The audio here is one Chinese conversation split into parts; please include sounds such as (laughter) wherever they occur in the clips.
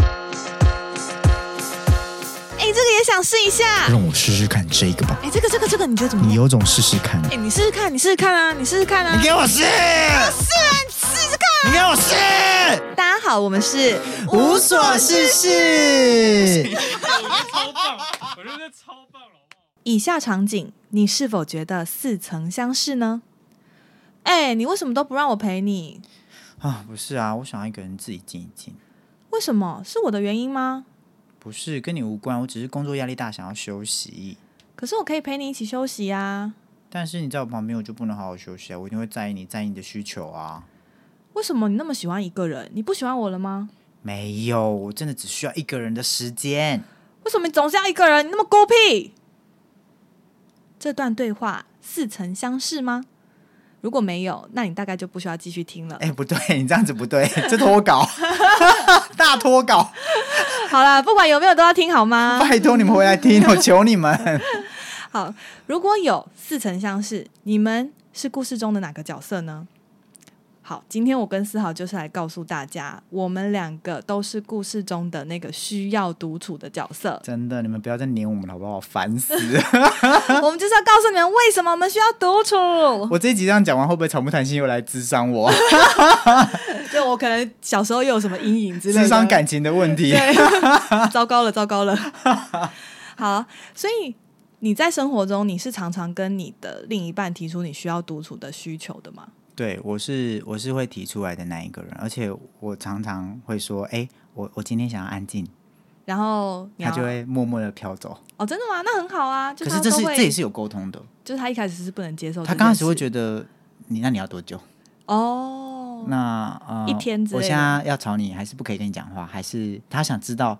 哎想试一下。让我试试看这个吧。哎，这个这个这个，你觉得怎么你样？有种试试看，哎，你试试看，你试试看啊，你试试看啊你，给我试，试啊，你试试看。你给我试，大家好，我们是无所事事。超棒，我觉得超棒了。以下场景，你是否觉得似曾相识呢？哎、你为什么都不让我陪你？啊，不是啊，我想要一个人自己静一静。为什么？是我的原因吗？不是跟你无关，我只是工作压力大，想要休息。可是我可以陪你一起休息啊。但是你在我旁边，我就不能好好休息啊！我一定会在意你，在意你的需求啊。为什么你那么喜欢一个人？你不喜欢我了吗？没有，我真的只需要一个人的时间。为什么你总是要一个人？你那么孤僻？这段对话似曾相识吗？如果没有，那你大概就不需要继续听了。哎、不对，你这样子不对，这脱稿， (laughs) 大脱稿！好啦，不管有没有都要听好吗？拜托你们回来听，我求你们。。好，如果有似曾相识，你们是故事中的哪个角色呢？好，今天我跟思豪就是来告诉大家，我们两个都是故事中的那个需要独处的角 (laughs) 色真的，你们不要再黏我们了，好不好？烦死了！我们就是要告诉你们为什么我们需要独处。我这一集这样讲完，会不会草木谈心又来智 (laughs) 商我？就我可能小时候又有什么阴影 (laughs) 之类的，智商感情的问题？ (laughs) 对，糟糕了，糟糕了。 (laughs) 好，所以你在生活中，你是常常跟你的另一半提出你需要独处的需求的吗？对，我是我是会提出来的那一个人，而且我常常会说，哎、我我今天想要安静，然后你他要就会默默的飘走。哦，真的吗？那很好啊。就可他是这都是会这也是有沟通的，就是他一开始是不能接受这件他事，刚开始会觉得你那你要多久？哦，那呃，一天之我类的现在要吵你，还是不可以跟你讲话？还是他想知道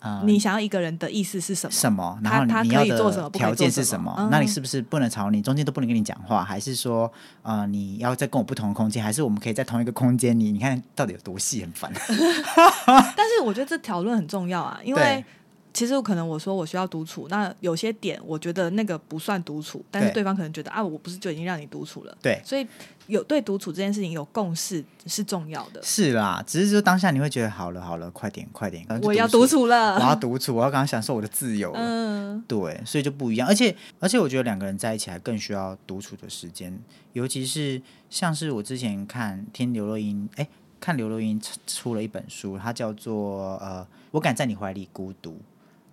呃你想要一个人的意思是 (laughs) 什么？什么？他然后他你可要以做什么的不可以条做件是什什么么？嗯那你是不是不能吵你？中间都不能跟你讲话？还是说呃你要在跟我不同的空间？还是我们可以在同一个空间里？你看到底有多细？很烦。 (laughs) 但是我觉得这讨论很重要啊，因为对其实可能我说我需要独处，那有些点我觉得那个不算独处，但是对对方可能觉得啊，我不是就已经让你独处了，对所以有对独处这件事情有共识是重要的。是啦，只是说当下你会觉得好了好了，快点快点，呃然后就我要独，处我要了，独处，我要刚刚享受我的自由了。嗯，对，所以就不一样。而且而且，我觉得两个人在一起还更需要独处的时间，尤其是像是我之前看听刘若英，哎，看刘若英出出了一本书，它叫做呃，我敢在你怀里孤独。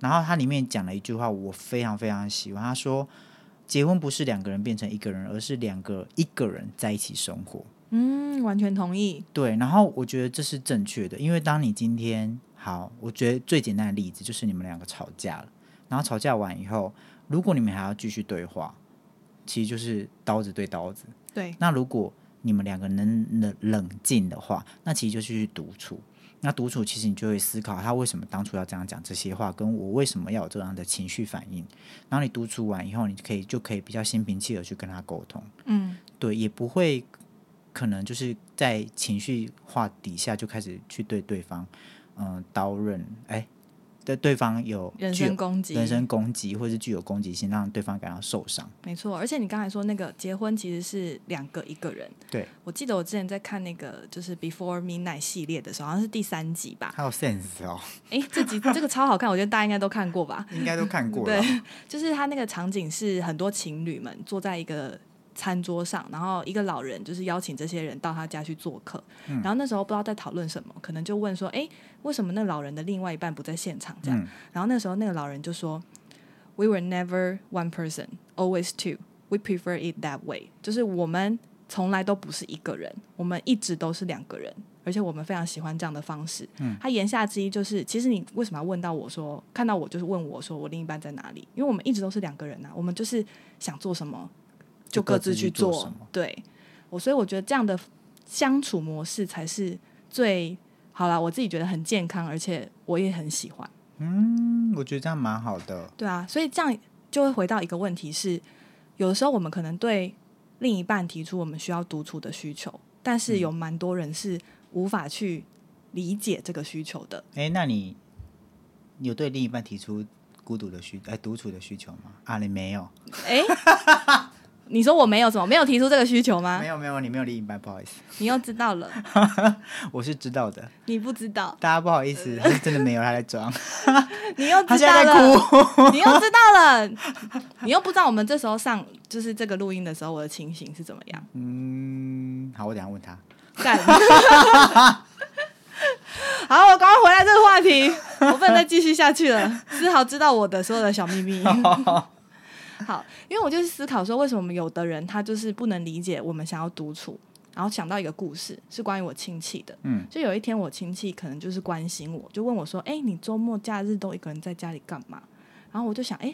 然后它里面讲了一句话，我非常非常喜欢。他说，结婚不是两个人变成一个人，而是两个一个人在一起生活。嗯，完全同意，对，然后我觉得这是正确的，因为当你今天好，我觉得最简单的例子就是你们两个吵架了，然后吵架完以后，如果你们还要继续对话，其实就是刀子对刀子。对，那如果你们两个能冷冷静的话，那其实就是去独处。那独处其实你就会思考他为什么当初要这样讲这些话，跟我为什么要有这样的情绪反应。然后你独处完以后，你可以就可以比较心平气和去跟他沟通。嗯，对，也不会可能就是在情绪化底下就开始去对对方，嗯、刀刃，哎，对对方有人具有身攻击，人身攻击，或是具有攻击性，让对方感到受伤。没错，而且你刚才说那个结婚其实是两个一个人。对，我记得我之前在看那个就是《Before Midnight》系列的时候，好像是第三集吧。还有 sense 哦，诶，这集这个超好看，我觉得大家应该都看过吧。 (laughs) 应该都看过对 (laughs) 了。，就是他那个场景是很多情侣们坐在一个餐桌上，然后一个老人就是邀请这些人到他家去做客，嗯然后那时候不知道在讨论什么，可能就问说，诶，为什么那老人的另外一半不在现场？这样，嗯然后那时候那个老人就说：“We were never one person, always two. We prefer it that way。”就是我们从来都不是一个人，我们一直都是两个人，而且我们非常喜欢这样的方式。嗯，他言下之意就是，其实你为什么要问到我说，看到我就是问我说我另一半在哪里？因为我们一直都是两个人啊，我们就是想做什么就就各各自自去去做。做什么对，我所以我觉得这样的相处模式才是最好啦，我自己觉得很健康，而且我也很喜欢。嗯，我觉得这样蛮好的。对啊，所以这样就会回到一个问题是，有的时候我们可能对另一半提出我们需要独处的需求，但嗯是有蛮多人是无法去理解这个需求的。哎，那你有对另一半提出孤独的需哎独处的需求吗？啊，你没有，哎、 (laughs) 你说我没有什么没有提出这个需求吗没？有没有，你没有另一半，不好意思，你又知道了，我是知道的，你不知道。 (laughs) 大家不好意思，他是真的没有，他在装。你又他知现道在在了，哭， (laughs) 你又知道了，你又不知道我们这时候上就是这个录音的时候我的情形是怎么样。嗯，好，我等一下问他。赞。 (laughs) 好，我赶快回来这个话题，我不能再继续下去了。丝毫知道我的所有的小秘密。好，因为我就是思考说，为什么有的人他就是不能理解我们想要独处，然后想到一个故事是关于我亲戚的。嗯，就有一天我亲戚可能就是关心我，就问我说：“哎、你周末假日都一个人在家里干嘛？”然后我就想：“哎、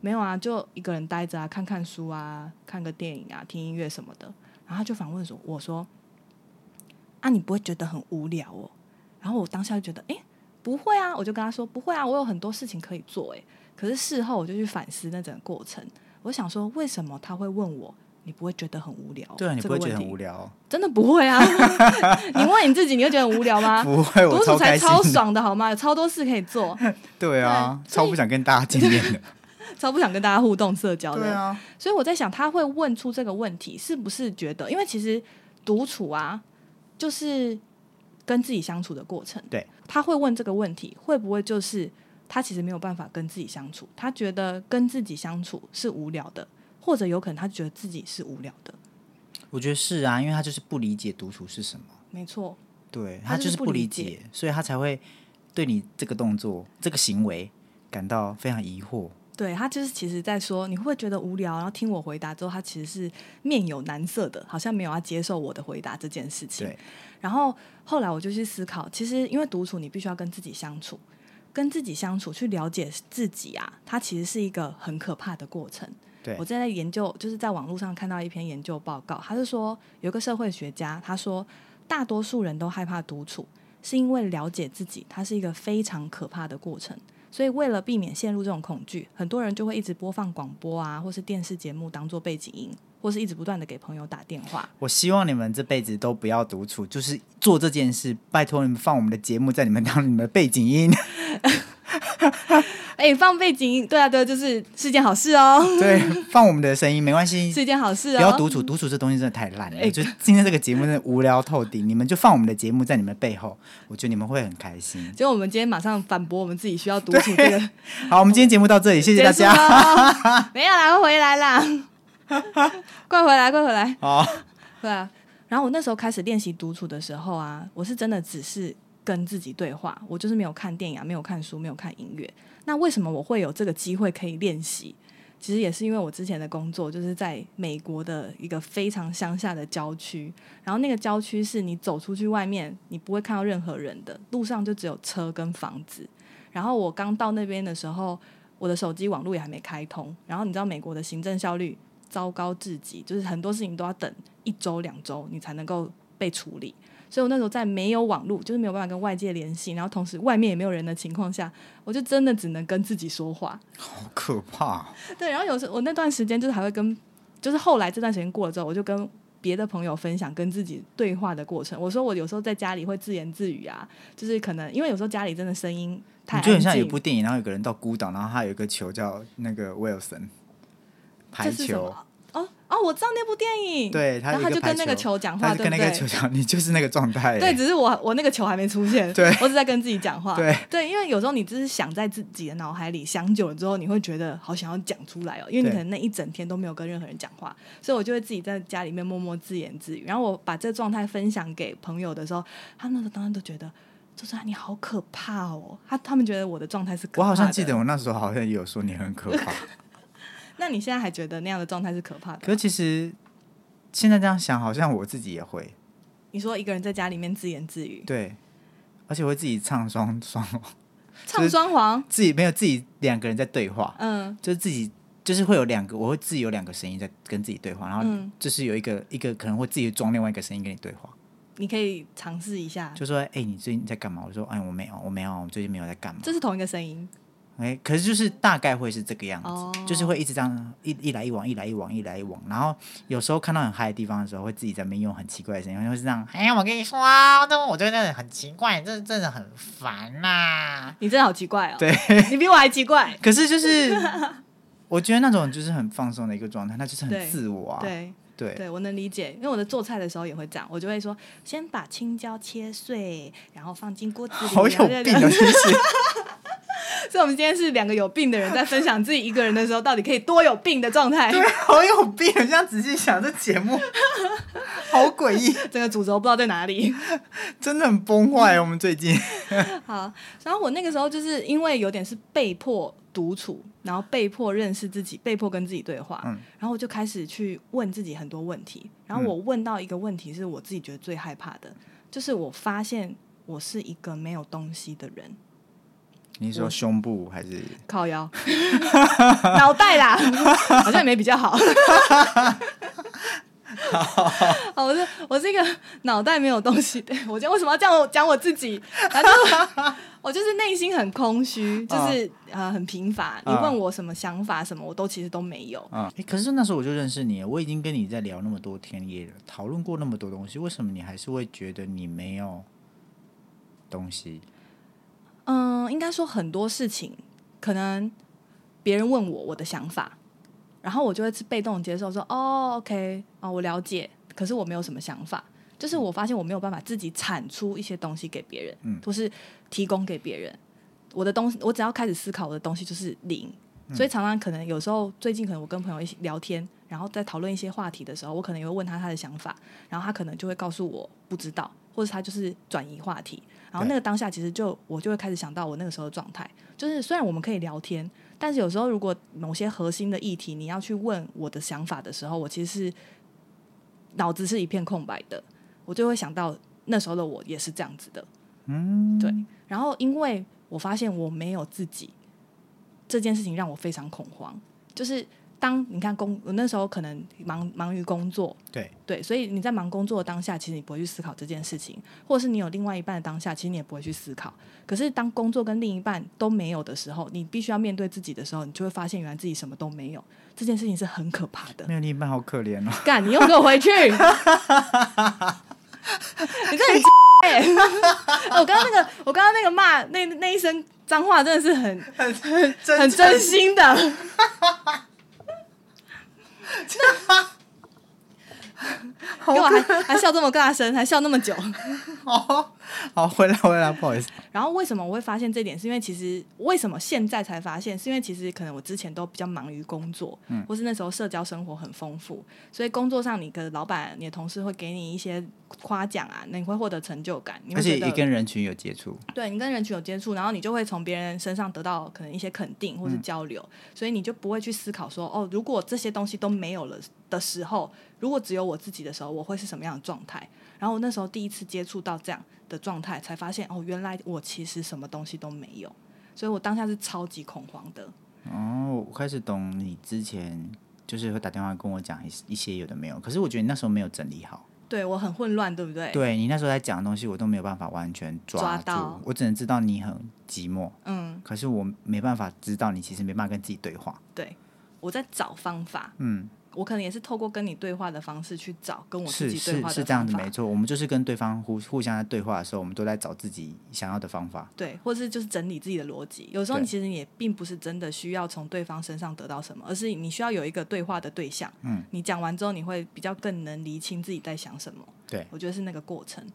没有啊，就一个人待着啊，看看书啊，看个电影啊，听音乐什么的。”然后他就反问说：“我说，啊，你不会觉得很无聊哦？”然后我当下就觉得：“哎、不会啊！”我就跟他说：“不会啊，我有很多事情可以做。”哎，可是事后我就去反思那整个过程，我想说，为什么他会问我？你不会觉得很无聊？对啊，你哦这不个会问觉得很题无聊哦？真的不会啊！你问你自己，你会觉得很无聊吗？ (laughs) (laughs) 不会，独我处超才开心超的。爽的好吗？有超多事可以做， (laughs) 对啊，对所超以不想跟大家见面 (laughs) 的。超不想跟大家互动社交的。对啊，所以我在想，他会问出这个问题，是不是觉得，因为其实独处啊，就是跟自己相处的过程。对，他会问这个问题，会不会就是他其实没有办法跟自己相处，他觉得跟自己相处是无聊的，或者有可能他觉得自己是无聊的。我觉得是啊，因为他就是不理解独处是什么，没错，对他他就就是是不不理理解解，所以他才会对你这个动作、这个行为感到非常疑惑。对他就是其实在说，你会不会觉得无聊？然后听我回答之后，他其实是面有难色的，好像没有要接受我的回答这件事情对。然后后来我就去思考，其实因为独处，你必须要跟自己相处，跟自己相处去了解自己啊，它其实是一个很可怕的过程。对我正在研究，就是在网络上看到一篇研究报告，他是说有个社会学家，他说大多数人都害怕独处，是因为了解自己，它是一个非常可怕的过程。所以为了避免陷入这种恐惧，很多人就会一直播放广播啊，或是电视节目当做背景音，或是一直不断的给朋友打电 (laughs) 话。我希望你们这辈子都不要独处，就是做这件事，拜托你们放我们的节目在你们当你们的背 (laughs) 景音。哎、放背景音，对啊，对啊就是是件好事哦，对，放我们的声音没关系，是一件好事哦。不要独处，独处这东西真的太烂了。哎我觉得今天这个节目真的无聊透顶，你们就放我们的节目在你们背后，我觉得你们会很开心。结果我们今天马上反驳我们自己需要独处这个，好，我们今天节目到 (laughs) 这里，谢谢大家。 (laughs) 家。没有啦，快回来啦，快回来，快回来。好，对啊，然后我那时候开始练习独处的时候啊，我是真的只是跟自己对话，我就是没有看电影、啊，没有看书，没有看音乐。那为什么我会有这个机会可以练习？其实也是因为我之前的工作就是在美国的一个非常乡下的郊区，然后那个郊区是你走出去外面，你不会看到任何人的，路上就只有车跟房子。然后我刚到那边的时候，我的手机网络也还没开通。然后你知道美国的行政效率糟糕至极，就是很多事情都要等一周两周你才能够被处理。所以我那时候在没有网络，就是没有办法跟外界联系，然后同时外面也没有人的情况下，我就真的只能跟自己说话。好可怕。对，然后有时候我那段时间就是还会跟，就是后来这段时间过了之后，我就跟别的朋友分享跟自己对话的过程。我说我有时候在家里会自言自语啊，就是可能因为有时候家里真的声音太你就很像安有静一部电影，然后有个人到孤岛，然后他有一个球叫那个威尔森排这是什球，么？哦哦，我知道那部电影，对他然有后一他个就排跟那个球讲话，他对就不跟那对个？球讲，你就是那个状态。对，只是我我那个球还没出现，对我只在跟自己讲话。对因为有时候你只是想在自己的脑海里想久了之后，你会觉得好想要讲出来哦，因为你对可能那一整天都没有跟任何人讲话，所以我就会自己在家里面默默自言自语。然后我把这个状态分享给朋友的时候，他们那时候当然都觉得。就是啊你好可怕哦！他他们觉得我的状态是可我怕的。好像记得，我那时候好像也有说你很可 (laughs) 怕，那你现在还觉得那样的状态是可怕的吗？可是其实现在这样想，好像我自己也会你说一个人在家里面自言自语，对，而且我会自己唱双双，唱双簧，自己没有自己两个人在对话，嗯，就是自己就是会有两个，我会自己有两个声音在跟自己对话，然后嗯就是有一个一个可能会自己装另外一个声音跟你对话。你可以尝试一下，就说：“哎、你最近在干嘛？”我说：“哎，我没有，我没有，我最近没有在干嘛。这是同一个声音，”哎，可是就是大概会是这个样子，哦就是会一直这样一一来一往，一来一往，一来一往。然后有时候看到很嗨的地方的时候，会自己在那边用很奇怪的声音，会是这样。哎呀，我跟你说啊，那我觉得很奇怪，这真的很烦呐、你真的好奇怪哦，对， (laughs) 你比我还奇怪。可是就是我觉得那种就是很放松的一个状态，那就是对很自我啊。对 (laughs) 对对，我能理解，因为我的做菜的时候也会这样，我就会说先把青椒切碎，然后放进锅子里，好有然后病再啊！真 (laughs) 是所以所以我们今天是两个有病的人在分享自己一个人的时候，到底可以多有病的状 (laughs) 态。 (laughs) 好有病！啊这样仔细想，这节目好诡异，整个主轴不知道在哪里。真的很崩坏。我们最近， (laughs) 好，然后我那个时候就是因为有点是被迫独处，然后被迫认识自己，被迫跟自己对话，嗯然后我就开始去问自己很多问题。然后我问到一个问题是我自己觉得最害怕的，就是我发现我是一个没有东西的人，你说胸部还是靠腰，脑袋啦，好像也没比较好。 (laughs) 好，哦我是我是一个脑袋没有东西的。我今天为什么要这样讲我自己？然后就我就是内心很空虚，就是、呃很贫乏。你嗯问我什么想法什么，我都其实都没有。啊、诶可是那时候我就认识你了，我已经跟你在聊那么多天，也讨论过那么多东西，为什么你还是会觉得你没有东西？嗯，应该说很多事情，可能别人问我我的想法，然后我就会是被动接受说，哦，OK，哦，我了解，可是我没有什么想法。就是我发现我没有办法自己产出一些东西给别人，嗯或是提供给别人。我的东西，我只要开始思考我的东西就是零，所以常常可能有时候最近可能我跟朋友一起聊天，然后在讨论一些话题的时候，我可能也会问他他的想法，然后他可能就会告诉我不知道，或者他就是转移话题。然后那个当下其实就我就会开始想到我那个时候的状态，就是虽然我们可以聊天，但是有时候如果某些核心的议题你要去问我的想法的时候，我其实是脑子是一片空白的，我就会想到那时候的我也是这样子的。嗯，对。然后因为我发现我没有自己，这件事情让我非常恐慌。就是当你看工，我那时候可能忙忙于工作，对对，所以你在忙工作的当下，其实你不会去思考这件事情，或者是你有另外一半的当下，其实你也不会去思考。可是当工作跟另一半都没有的时候，你必须要面对自己的时候，你就会发现原来自己什么都没有，这件事情是很可怕的。没有另一半好可怜哦。干，你又给我回去！ (laughs) 你这里欸！ (laughs) 我刚刚那个，我刚刚那个骂那那一声脏话，真的是很很很 (laughs) 真心的。 (laughs) 给我还还笑这么大声，还笑那么久。哦，好， (laughs) 回来回来，不好意 (laughs) 思。然后为什么我会发现这点？是因为其实为什么现在才发现？是因为其实可能我之前都比较忙于工作，嗯或是那时候社交生活很丰富，所以工作上你的老板、你的同事会给你一些夸奖啊，那你会获得成就感，你而会且觉也得跟人群有接触，对你跟人群有接触，然后你就会从别人身上得到可能一些肯定嗯或是交流，所以你就不会去思考说哦，如果这些东西都没有了的时候，如果只有我自己的时候，我会是什么样的状态？然后我那时候第一次接触到这样的状态，才发现哦，原来我其实什么东西都没有，所以我当下是超级恐慌的。哦，我开始懂你之前就是会打电话跟我讲一一些有的没有，可是我觉得你那时候没有整理好。对我很混乱，对不对？，对你那时候在讲的东西，我都没有办法完全抓抓住，到我只能知道你很寂寞，嗯，可是我没办法知道你其实没办法跟自己对话。对，我在找方法，嗯，我可能也是透过跟你对话的方式去找跟我自己是对是话的方法。是这样子，没错。我们就是跟对方互互相在对话的时候，我们都在找自己想要的方法。 (laughs) 对，或是就是整理自己的逻辑。有时候对你其实也并不是真的需要从对方身上得到什么，而是你需要有一个对话的对象。嗯，你讲完之后，你会比较更能厘清自己在想什么。对我觉得是那个过程。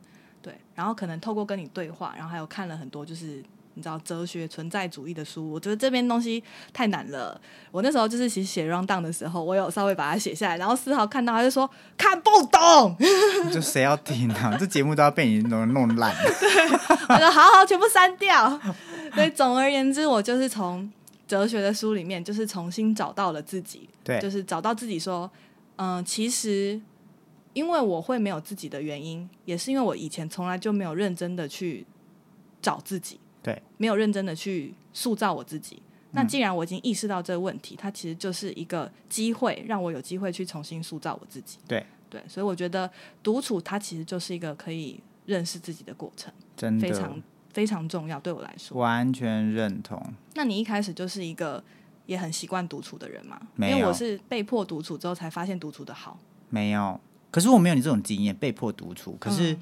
对，然后可能透过跟你对话，然后还有看了很多就是。你知道哲学存在主义的书，我觉得这边东西太难了。我那时候就是其实写 round down 的时候，我有稍微把它写下来，然后思豪看到他就说看不懂，就谁要听啊？这节目都要被你弄弄烂。 (laughs) 我说好好，全部删掉。 (laughs) 所以总而言之，我就是从哲学的书里面，就是重新找到了自己，对，就是找到自己说，嗯、其实因为我会没有自己的原因，也是因为我以前从来就没有认真的去找自己，对，没有认真的去塑造我自己。那嗯既然我已经意识到这个问题，它其实就是一个机会，让我有机会去重新塑造我自己。对对，所以我觉得独处它其实就是一个可以认识自己的过程。真非的常非常重要，对我来说。完全认同。那你一开始就是一个也很习惯独处的人嘛？因没有为我是被迫独处之后才发现独处的好。没有，可是我没有你这种经验，被迫独处。可是，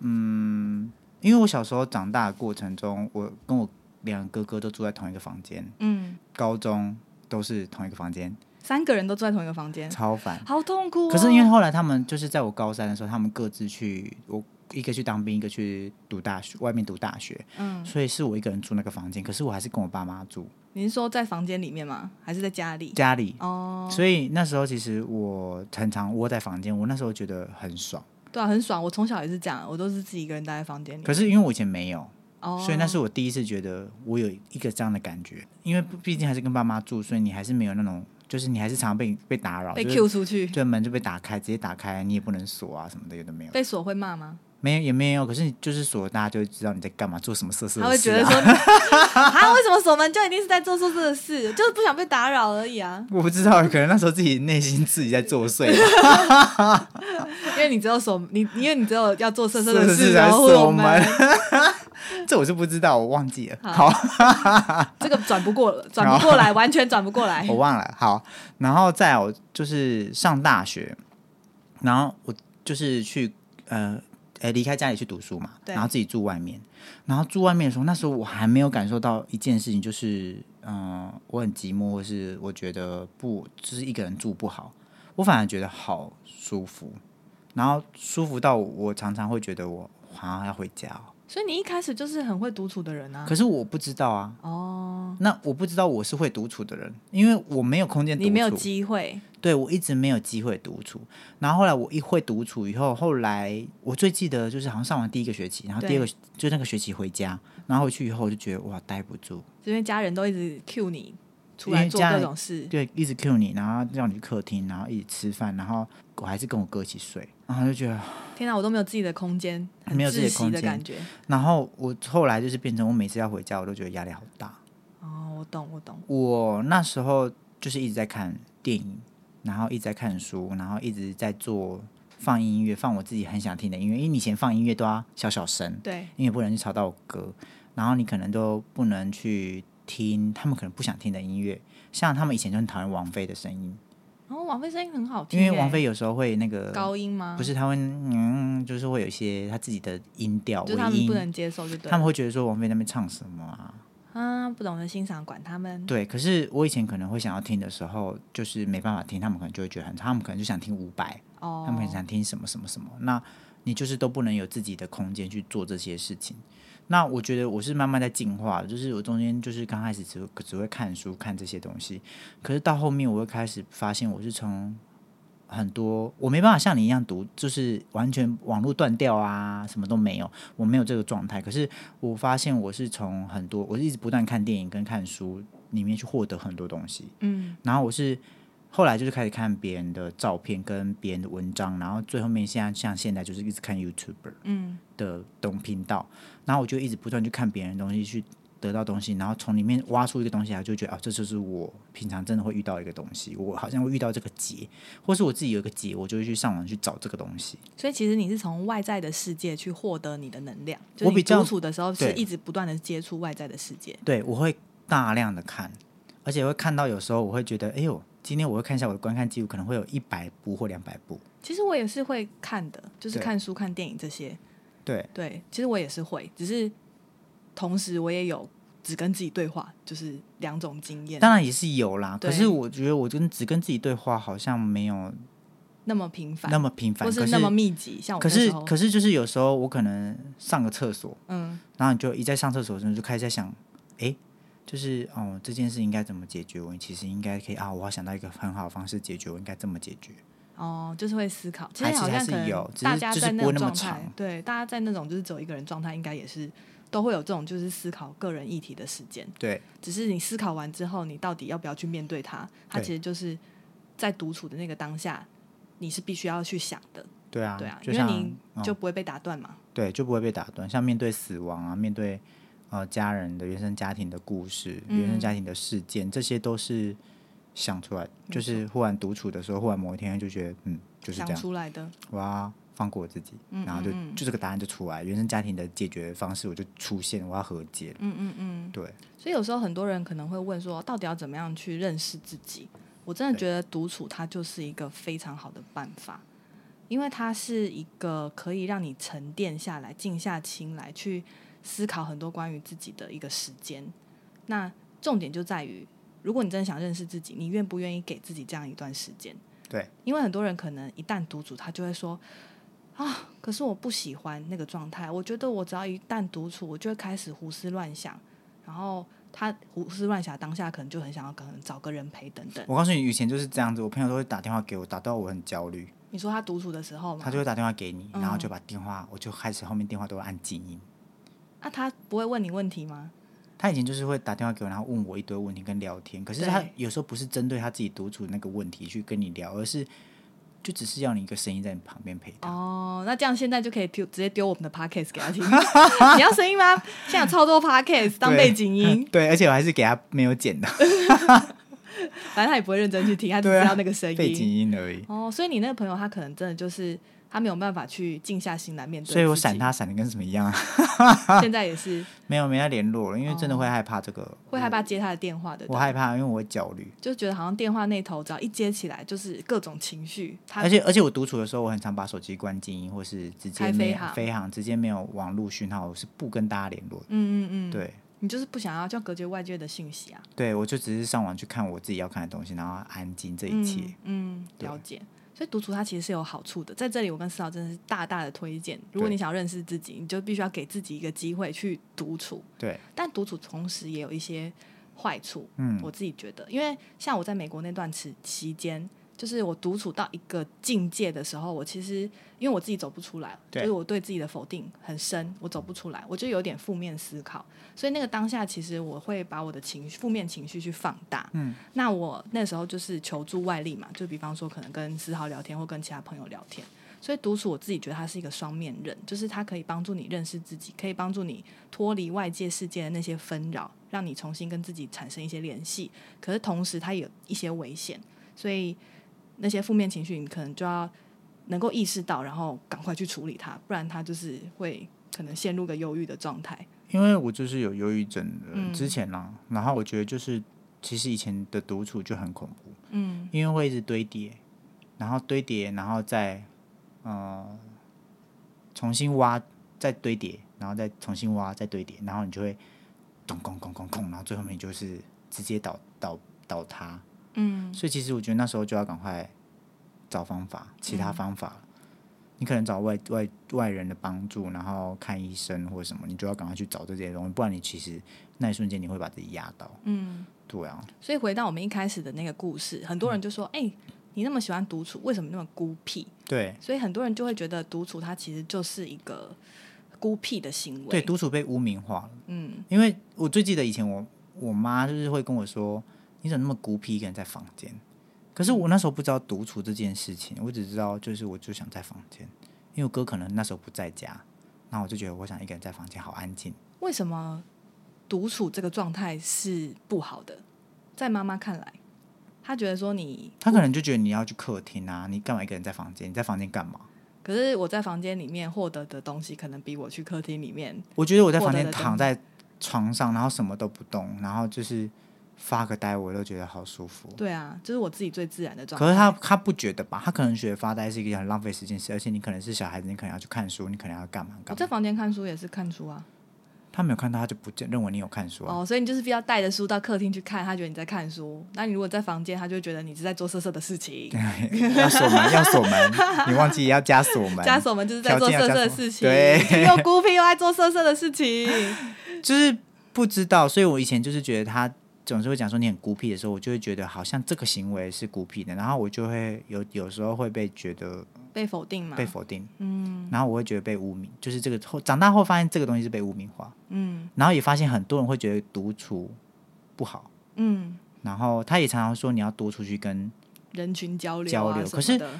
嗯因为我小时候长大的过程中，我跟我两个哥哥都住在同一个房间，嗯，高中都是同一个房间，三个人都住在同一个房间，超烦。好痛苦、哦。可是因为后来他们就是在我高三的时候，他们各自去我一个去当兵，一个去读大学，外面读大学，嗯，所以是我一个人住那个房间，可是我还是跟我爸妈住你是说在房间里面吗？还是在家里？家里。哦，所以那时候其实我很常窝在房间，我那时候觉得很爽。对啊，很爽。我从小也是这样，我都是自己一个人待在房间里。可是因为我以前没有，哦，所以那是我第一次觉得我有一个这样的感觉，因为毕竟还是跟爸妈住，所以你还是没有那种，就是你还是常被被打扰，被就是 Q 出去，对门就被打开，直接打开，你也不能锁啊什么的，有的没有，被锁会骂吗？没有也没有。可是你就是锁，大家就会知道你在干嘛，做什么色色他的会事、觉啊。得 (laughs) 说，啊，为什么锁门就一定是在做错事的事，就是不想被打扰而已啊？我不知道，可能那时候自己内心自己在作祟啊吧，因为你只有锁，你因为你只有要做 (laughs) 色色的色色事，的然后锁我门们 (laughs) 这我是不知道，我忘记了。好，这个转不过了，转不过来，完全转不过来我。忘了。好，然后再有就是上大学，然后我就是去呃，哎离开家里去读书嘛，对然后自己住外面。然后住外面的时候，那时候我还没有感受到一件事情，就是嗯、呃我很寂寞，或是我觉得不就是一个人住不好，我反而觉得好舒服，然后舒服到我常常会觉得我好像要回家哦、所以你一开始就是很会独处的人啊可。是我不知道啊。哦，那我不知道我是会独处的人，因为我没有空间独处，你没有机会，对我一直没有机会独处，然后后来我一会独处以后，后来我最记得就是好像上完第一个学期，然后第二个就那个学期回家，然后回去以后我就觉得哇待不住，因为家人都一直 cue 你出因来为做家各人种事。对，一直 cue 你，然后让你去客厅，然后一起吃饭，然后我还是跟我哥一起睡，然后就觉得，天哪，我都没有自己的空间，很没有自窒己的息空的间感觉。然后我后来就是变成我每次要回家，我都觉得压力好大。哦，我懂，我懂。我那时候就是一直在看电影，然后一直在看书，然后一直在做放音乐，放我自己很想听的音乐，因为你以前放音乐都要小小声。对，因为不能去吵到我哥，然后你可能都不能去听他们可能不想听的音乐，像他们以前就很讨厌王菲的声音，然后王菲声音很好听因欸，为王菲有时候会那个高音吗？不，是她会嗯，就是会有一些她自己的音调就是他们尾不音，能接受，就对了。他们会觉得说王菲在那边唱什么啊？啊，不懂得欣赏，管他们。对，可是我以前可能会想要听的时候，就是没办法听，他们可能就会觉得很，他们可能就想听伍佰，哦，他们很想听什么什么什么，那你就是都不能有自己的空间去做这些事情。那我觉得我是慢慢在进化的，就是我中间就是刚开始只只会看书看这些东西，可是到后面我会开始发现我是从很多我没办法像你一样读，就是完全网络断掉啊，什么都没有，我没有这个状态。可是我发现我是从很多，我是一直不断看电影跟看书里面去获得很多东西。嗯，然后我是后来就是开始看别人的照片跟别人的文章，然后最后面现在像现在就是一直看 YouTuber 嗯的东频道，然后我就一直不断去看别人的东西去。得到东西，然后从里面挖出一个东西来，就觉得啊，这就是我平常真的会遇到一个东西，我好像会遇到这个结，或是我自己有一个结，我就会去上网去找这个东西。嗯，所以其实你是从外在的世界去获得你的能量，就是我你比较独处的时候是对一直不断的接触外在的世界。对，我会大量的看，而且会看到有时候我会觉得，哎呦，今天我会看一下我的观看记录，可能会有一百部或两百部。其实我也是会看的，就是对看书、看电影这些。对，对，其实我也是会，只是同时我也有只跟自己对话，就是两种经验，当然也是有啦，对可是我觉得我跟只跟自己对话好像没有那么频繁，那么频繁，或可是是那么密集，像我可那时是候可是就是有时候我可能上个厕所，嗯，然后你就一在上厕所的时候就开始在想，诶，就是哦这件事应该怎么解决？我其实应该可以啊，我要想到一个很好的方式解决，我应该这么解决。哦，就是会思考。其还实是好还像是可能有只大是家就是在不会种那么状态长，对，大家在那种就是只有一个人状态，应该也是都会有这种就是思考个人议题的时间。对，只是你思考完之后，你到底要不要去面对它？它对其实就是在独处的那个当下，你是必须要去想的。对啊，对啊，就因为像你嗯就不会被打断嘛。对，就不会被打断。像面对死亡啊，面对呃家人的原生家庭的故事、原嗯生家庭的事件，这些都是想出来，就是忽然独处的时候，忽然某一天就觉得，嗯，就是这想样，出嗯来的，我要放过我自己，然后就就这个答案就出来，原生家庭的解决方式我就出现，我要和解了。嗯嗯嗯。对，所以有时候很多人可能会问说，到底要怎么样去认识自己？我真的对觉得独处它就是一个非常好的办法，因为它是一个可以让你沉淀下来、静下心来去思考很多关于自己的一个时间。那重点就在于，如果你真的想认识自己，你愿不愿意给自己这样一段时间？对，因为很多人可能一旦独处，他就会说：“啊，可是我不喜欢那个状态。我觉得我只要一旦独处，我就会开始胡思乱想，然后他胡思乱想当下可能就很想要可能找个人陪等等。我告诉你，以前就是这样子，我朋友都会打电话给我，打到我很焦虑，你说他独处的时候嘛他就，会打电话给你，嗯然后就把电话，我就开始后面电话都会按静音。那、啊他不会问你问题吗？他以前就是会打电话给我，然后问我一堆问题跟聊天，可是他对有时候不是针对他自己独处那个问题去跟你聊，而是就只是要你一个声音在你旁边陪他。哦，那这样现在就可以丢直接丢我们的 podcast 给他 (laughs) 听。你要声音吗？现在有超多 podcast 当背景音，对，而且我还是给他没有剪的反正他也不会认真 (laughs) 去听，他只对啊知道那个声音。背景音而已，哦，所以你那个朋友他可能真的就是他没有办法去静下心来面对自己，所以我闪他 (laughs) 闪的跟什么一样啊？ (laughs) 现在也是没有没有联络了，因为真的会害怕这个，会害怕接哦他的电话的，我害怕，因为我会焦虑，就觉得好像电话那头只要一接起来就是各种情绪，他而且而且我独处的时候，我很常把手机关静音，或是直接开没飞行飞行，直接没有网络讯号，我是不跟大家联络的。嗯嗯嗯，，对你就是不想要就隔绝外界的讯息啊，对，我就只是上网去看我自己要看的东西，然后安静这一切。嗯，嗯对了解。所以独处它其实是有好处的，在这里我跟思瑶真的是大大的推荐。如果对你想要认识自己，你就必须要给自己一个机会去独处。对，但独处同时也有一些坏处，嗯我自己觉得，因为像我在美国那段时期间，就是我独处到一个境界的时候，我其实因为我自己走不出来，就对是我对自己的否定很深，我走不出来，我就有点负面思考，所以那个当下其实我会把我的情绪负面情绪去放大，嗯，那我那时候就是求助外力嘛，就比方说可能跟思豪聊天或跟其他朋友聊天。所以独处，我自己觉得它是一个双面刃，就是它可以帮助你认识自己，可以帮助你脱离外界世界的那些纷扰，让你重新跟自己产生一些联系。可是同时，它也有一些危险，所以那些负面情绪，你可能就要能够意识到，然后赶快去处理它，不然它就是会可能陷入个忧郁的状态。因为我就是有忧郁症的嗯人之前啦、然后我觉得就是其实以前的独处就很恐怖，嗯因为会一直堆叠，然后堆叠，然后再呃重新挖，再堆叠，然后再重新挖，再堆叠，然后你就会咚咚咚咚咚，然后最后面就是直接倒倒倒塌。嗯所以其实我觉得那时候就要赶快找方法，其嗯他方法。你可能找外外外人的帮助，然后看医生或者什么，你就要赶快去找这些东西，不然你其实那一瞬间你会把自己压倒。嗯。对啊，所以回到我们一开始的那个故事，很多人就说：“哎、你那么喜欢独处，为什么那么孤僻对？”所以很多人就会觉得独处它其实就是一个孤僻的行为。对，独处被污名化了。嗯因为我最记得以前我我妈就是会跟我说，你怎么那么孤僻，一个人在房间？可是我那时候不知道独处这件事情，我只知道就是我就想在房间，因为我哥可能那时候不在家，然后我就觉得我想一个人在房间好安静。为什么独处这个状态是不好的？在妈妈看来，她觉得说你，他可能就觉得你要去客厅啊，你干嘛一个人在房间？你在房间干嘛？可是我在房间里面获得的东西，可能比我去客厅里面，我觉得我在房获间得的躺在床上，然后什么都不动，然后就是发个呆，我都觉得好舒服。对啊，就是我自己最自然的状态。可是他他不觉得吧？他可能觉得发呆是一个很浪费时间的事，而且你可能是小孩子，你可能要去看书，你可能要干嘛我干在嘛。房间看书也是看书啊，他没有看到，他就不认认为你有看书、啊。哦，所以你就是必须要带着书到客厅去看，他觉得你在看书；那你如果在房间，他就会觉得你是在做色色的事情。啊要锁门，要锁门，你忘记要加 (laughs) 锁门。家锁们就是在做色色的事情，条件要加又孤僻又爱做色色的事情。就是不知道，所以我以前就是觉得他总是会讲说你很孤僻的时候，我就会觉得好像这个行为是孤僻的，然后我就会有有时候会被觉得被否定嘛？ (laughs) 被否定，嗯然后我会觉得被污名，就是这个后长大后发现这个东西是被污名化，嗯然后也发现很多人会觉得独处不好。嗯，然后他也常常说你要多出去跟，人群交流、啊、交流什可是么的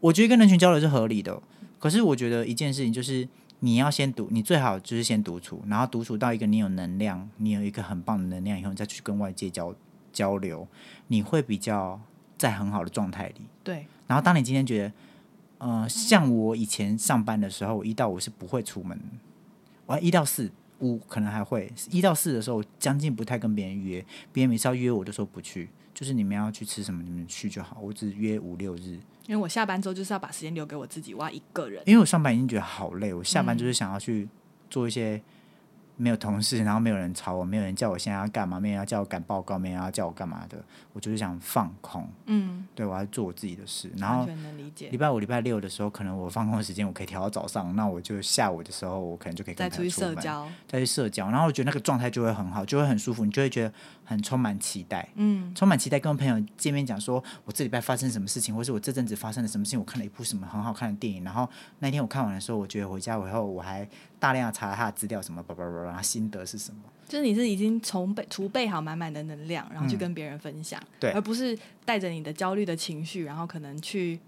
我觉得跟人群交流是合理的。哦可是我觉得一件事情就是你要先独，你最好就是先独处，然后独处到一个你有能量，你有一个很棒的能量以后，你再去跟外界交交流，你会比较在很好的状态里。对，然后当你今天觉得，呃，像我以前上班的时候，我一到五是不会出门的，我一到四五可能还会，一到四的时候我将近不太跟别人约，别人每次要约我都说不去，就是你们要去吃什么你们去就好，我只约五六日，因为我下班之后就是要把时间留给我自己，我要一个人。因为我上班已经觉得好累，我下班就是想要去做一些没有同事，然后没有人吵我，没有人叫我现在要干嘛，没有人要叫我赶报告，没有人要叫我干嘛的，我就是想放空，嗯，对我要做我自己的事。然完后全能理礼解。拜五、礼拜六的时候，可能我放空的时间我可以调到早上，那我就下午的时候，我可能就可以再跟朋出友去社门，交，再去社交，然后我觉得那个状态就会很好，就会很舒服，你就会觉得很充满期待。嗯，充满期待跟朋友见面，讲说我这礼拜发生什么事情，或是我这阵子发生了什么事情，我看了一部什么很好看的电影，然后那天我看完的时候，我觉得回家以后我还大量地查他的资料，什么叭叭叭，然后心得是什么？就是你是已经筹备储备好满满的能量，然后去嗯跟别人分享，对而不是带着你的焦虑的情绪，然后可能去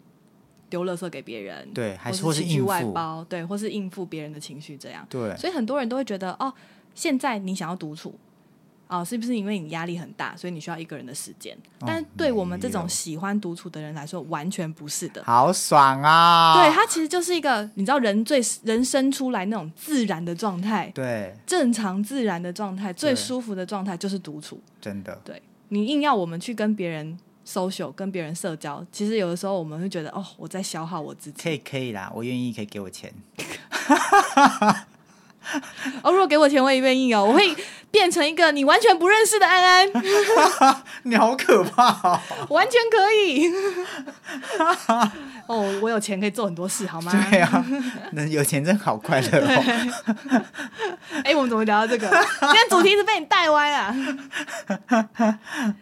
丢垃圾给别人，对，还是或或是情绪应外付，包，对，或是应付别人的情绪这样。对，所以很多人都会觉得，哦，现在你想要独处，哦，是不是因为你压力很大，所以你需要一个人的时间？哦但对我们这没种有喜欢独处的人来说，完全不是的。好爽啊！对，它其实就是一个你知道人最人生出来那种自然的状态，对，正常自然的状态，最对舒服的状态就是独处。真的，你硬要我们去跟别人 social、跟别人社交，其实有的时候我们会觉得，哦，我在消耗我自己。可以可以啦，我愿意，可以给我 (laughs) 钱，哦，如果给我钱，我也愿意哦，我会变成一个你完全不认识的安安。你好可怕、哦！完全可以。哦，我有钱可以做很多事，好吗？对啊， (laughs) 那有钱真好快乐、哦。哎、我们怎么聊到这个？今天主题是被你带歪啊。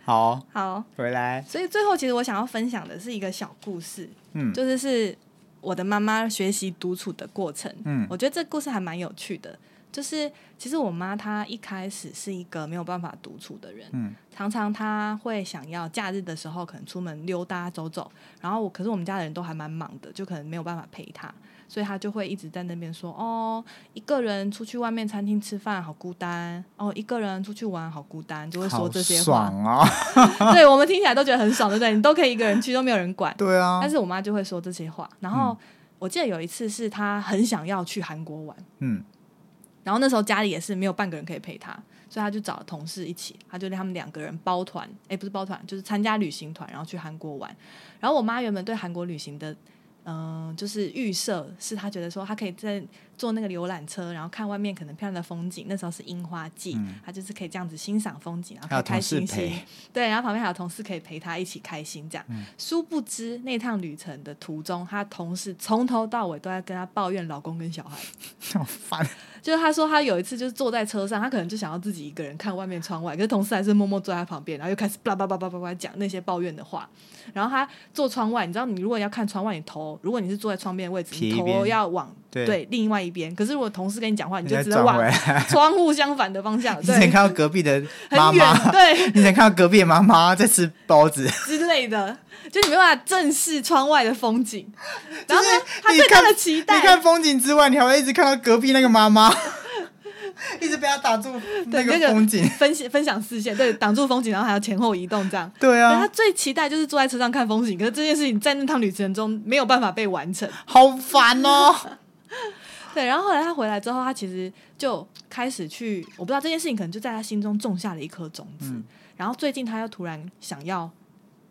哦好，好，回来，所以最后其实我想要分享的是一个小故事，嗯就是是我的妈妈学习独处的过程。嗯我觉得这故事还蛮有趣的。就是其实我妈她一开始是一个没有办法独处的人，嗯常常她会想要假日的时候可能出门溜达走走，然后我可是我们家的人都还蛮忙的，就可能没有办法陪她，所以她就会一直在那边说哦，一个人出去外面餐厅吃饭好孤单，哦，一个人出去玩好孤单，就会说好这些话。爽哦！对我们听起来都觉得很爽，对不对？你都可以一个人去，都没有人管。对啊但，是我妈就会说这些话。然后、我记得有一次是她很想要去韩国玩，嗯然后那时候家里也是没有半个人可以陪她，所以她就找同事一起，她就让他们两个人包团，哎，不是包团，就是参加旅行团，然后去韩国玩。然后我妈原本对韩国旅行的。嗯、就是预设是她觉得说她可以在坐那个浏览车，然后看外面可能漂亮的风景。那时候是樱花季，嗯她就是可以这样子欣赏风景，然后还有开开同事心心陪。嗯对，然后旁边还有同事可以陪他一起开心这样。殊不知那趟旅程的途中，他同事从头到尾都在跟他抱怨老公跟小孩。好烦。就是他说他有一次就是坐在车上，他可能就想要自己一个人看外面窗外，可是同事还是默默坐在他旁边，然后又开始叭叭叭叭叭叭讲那些抱怨的话。然后他坐窗外，你知道你如果要看窗外，你头如果你是坐在窗边的位置，撇你一头边要往对另外一边。可是如果同事跟你讲话，你就再只能转往 (laughs) 回来窗户相反的方向，你只能对，看到隔壁的妈很远，妈，对。 (laughs) 你只能看到隔壁的妈妈在吃包子，之类的，就你没办法正视窗外的风景。然后呢，他你对他看的期你看待，风景之外，你还会一直看到隔壁那个妈妈， (laughs) 一直被她打住那对个那个风景。分析分享视线，对，挡住风景，然后还要前后移动这样。对对他啊，最期待就是坐在车上看风景，可是这件事情在那趟旅程中没有办法被完成。好烦哦。对，然后后来他回来之后，他其实就开始去，我不知道这件事情可能就在他心中种下了一颗种子。嗯然后最近他又突然想要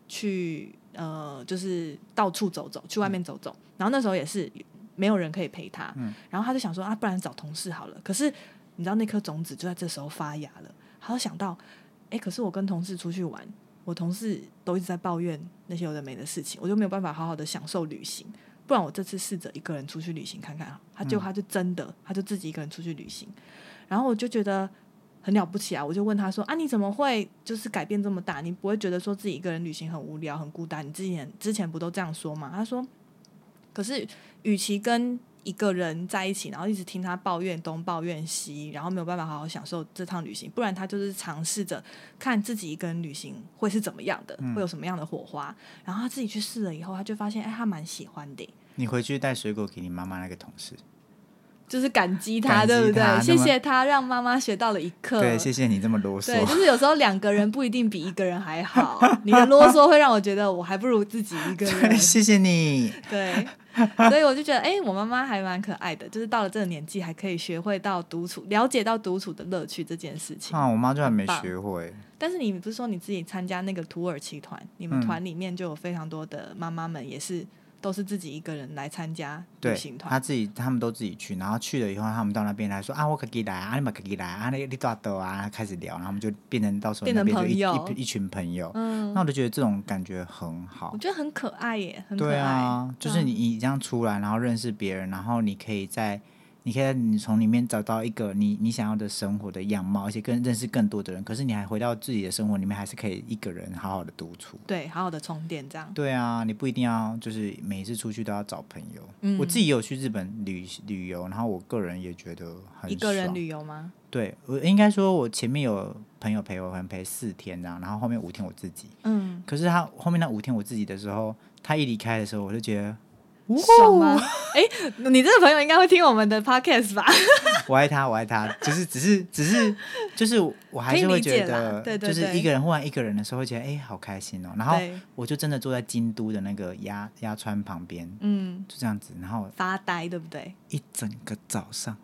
去呃，就是到处走走，去外面走走。然后那时候也是没有人可以陪他，嗯然后他就想说啊，不然找同事好了。可是你知道那颗种子就在这时候发芽了，他就想到，哎，可是我跟同事出去玩，我同事都一直在抱怨那些有的没的事情，我就没有办法好好的享受旅行。不然我这次试着一个人出去旅行看看啊，他就他就真的他就自己一个人出去旅行，然后我就觉得很了不起啊，我就问他说啊你怎么会就是改变这么大？你不会觉得说自己一个人旅行很无聊很孤单？你之前之前不都这样说吗？他说，可是与其跟一个人在一起，然后一直听他抱怨东抱怨西，然后没有办法好好享受这趟旅行，不然他就是尝试着看自己一个人旅行会是怎么样的，会有什么样的火花。然后他自己去试了以后，他就发现，哎，他蛮喜欢的耶。你回去带水果给你妈妈那个同事，就是感激他，感激对不他对？那谢么谢他让妈妈学到了一课。对，谢谢你这么啰对，就嗦。是有时候两个人不一定比一个人还好， (laughs) 你的啰嗦会让我觉得我还不如自己一个人对，。谢谢你。对，所以我就觉得，哎、我妈妈还蛮可爱的，就是到了这个年纪还可以学会到独处，了解到独处的乐趣这件事情。啊，我妈就还没很棒学会。但是你不是说你自己参加那个土耳其团，你们嗯团里面就有非常多的妈妈们也是都是自己一个人来参加旅对行，团他。自己他们都自己去，然后去了以后，他们到那边来说啊，我可以来啊，你们可以来啊，你你多少啊，开始聊，然后我们就变成到时候变那成边就一朋友一一群朋友，嗯那，我就觉得这种感觉很好我。觉得很可爱耶，嗯很可爱。对啊，就是嗯你你这样出来，然后认识别人，然后你可以在你可以在你从里面找到一个你你想要的生活的样貌，而且更认识更多的人。可是你还回到自己的生活里面，还是可以一个人好好的独处。对，好好的充电这样。对啊，你不一定要就是每一次出去都要找朋友。嗯我自己也有去日本旅旅游，然后我个人也觉得很一个人爽旅游吗？对我应该说，我前面有朋友陪我，可能陪四天这样，然后后面五天我自己。嗯，可是他后面那五天我自己的时候，他一离开的时候，我就觉得嗯爽吗？ (laughs) 哎、你这个朋友应该会听我们的 podcast 吧？我爱他，我爱他，就是只是只是就是我还是会觉可以理解啦得，对对就是对一个人忽然一个人的时候，会觉得哎、好开心哦。然后对我就真的坐在京都的那个鸭鸭川旁边，嗯，就这样子，然后发呆对不对？一整个早上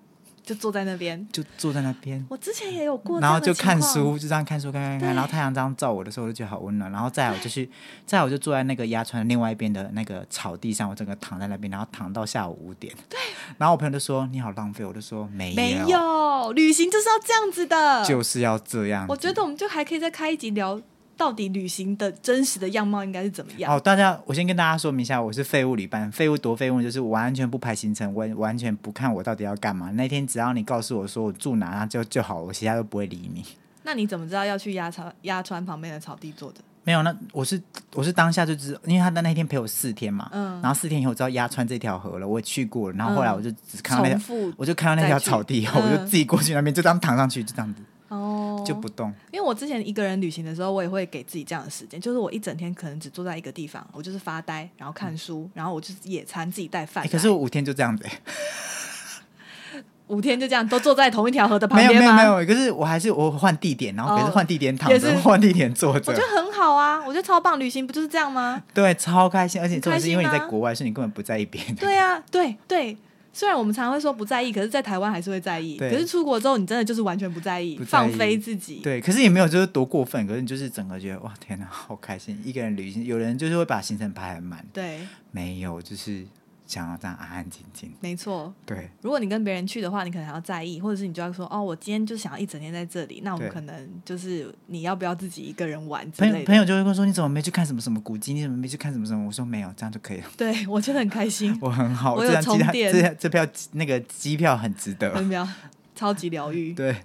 就坐在那边。就坐在那边。我之前也有过这然后样的就情况，看书，就这样看书，看看看，对然后太阳这样照我的时候，我就觉得好温暖。然后再来我就去，再来我就坐在那个鸭川的另外一边的那个草地上，我整个躺在那边，然后躺到下午五点。对。然后我朋友就说：“你好浪费。”我就说：“没有，没有，旅行就是要这样子的。就是要这样。”我觉得我们就还可以再开一集聊，到底旅行的真实的样貌应该是怎么样。哦，大家，我先跟大家说明一下，我是废物旅伴。废物多废物，就是我完全不排行程，我完全不看我到底要干嘛。那天只要你告诉我说我住哪，那就就好，我其他都不会理你。那你怎么知道要去鸭川鸭川旁边的草地坐的？没有，那我是我是当下就知，因为他那那天陪我四天嘛，嗯然后四天以后我知道鸭川这条河了，我也去过了，然后后来我就只看到那条重，复我就看到那条再去草地以后，我就嗯自己过去那边就这样躺上去，就这样子哦，就不动。因为我之前一个人旅行的时候，我也会给自己这样的时间，就是我一整天可能只坐在一个地方，我就是发呆，然后看书，然后我就是野餐，自己带饭哎来、可是我五天就这样子、哎五天就这样都坐在同一条河的旁没有边吗？没有没有，可是我还是我换地点，然后可是哦换地点躺也着，是换地点坐着。我觉得很好啊，我觉得超棒，旅行不就是这样吗？ (laughs) 对，超开心，而且很重开点是因为心你在啊国外，所以你根本不在意别人。对啊，对对。虽然我们常常会说不在意，可是，在台湾还是会在意。对可是出国之后，你真的就是完全不在意，不在放意飞自己。对，可是也没有就是多过分，可是你就是整个觉得哇天哪，好开心，一个人旅行。有人就是会把行程排很满，对，没有，就是想要这样安安静静。没错。对如果你跟别人去的话，你可能还要在意，或者是你就要说哦，我今天就想要一整天在这里。那我们对可能就是你要不要自己一个人玩之朋类友的。朋友就会跟我说你怎么没去看什么什么古迹，你怎么没去看什么什么？我说没有，这样就可以了。，对我觉得很开心我很好，我这有张机充票电这这票那个机票很值有得。没有？超级疗愈。对，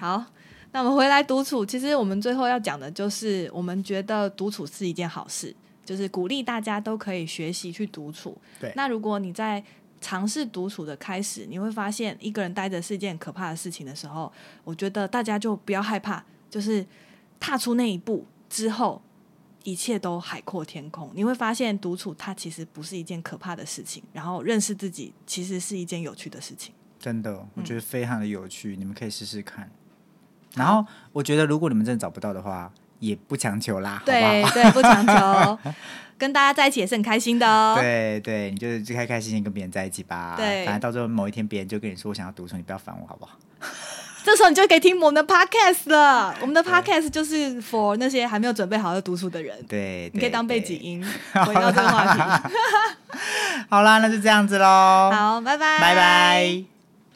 好，那我们回来独处，其实我们最后要讲的就是，我们觉得独处是一件好事，就是鼓励大家都可以学习去独处。对那如果你在尝试独处的开始，你会发现一个人待着是一件可怕的事情的时候，我觉得大家就不要害怕，就是踏出那一步之后，一切都海阔天空。你会发现独处它其实不是一件可怕的事情，然后认识自己其实是一件有趣的事情。真的，我觉得非常的有趣，你们可以试试看。然后我觉得如果你们真的找不到的话，也不强求啦，好不好对？对，不强求，跟大家在一起也是很开心的哦。对对，你就是开开心心跟别人在一起吧。对反正到最后某一天别人就跟你说我想要独处，你不要烦我好不好？这时候你就可以听我们的 podcast 了。我们的 podcast 就是 for 那些还没有准备好要读书的人，对，你可以对当背对景音。回 (laughs) 到这个话题，好啦，那就这样子喽，好，拜拜，拜拜。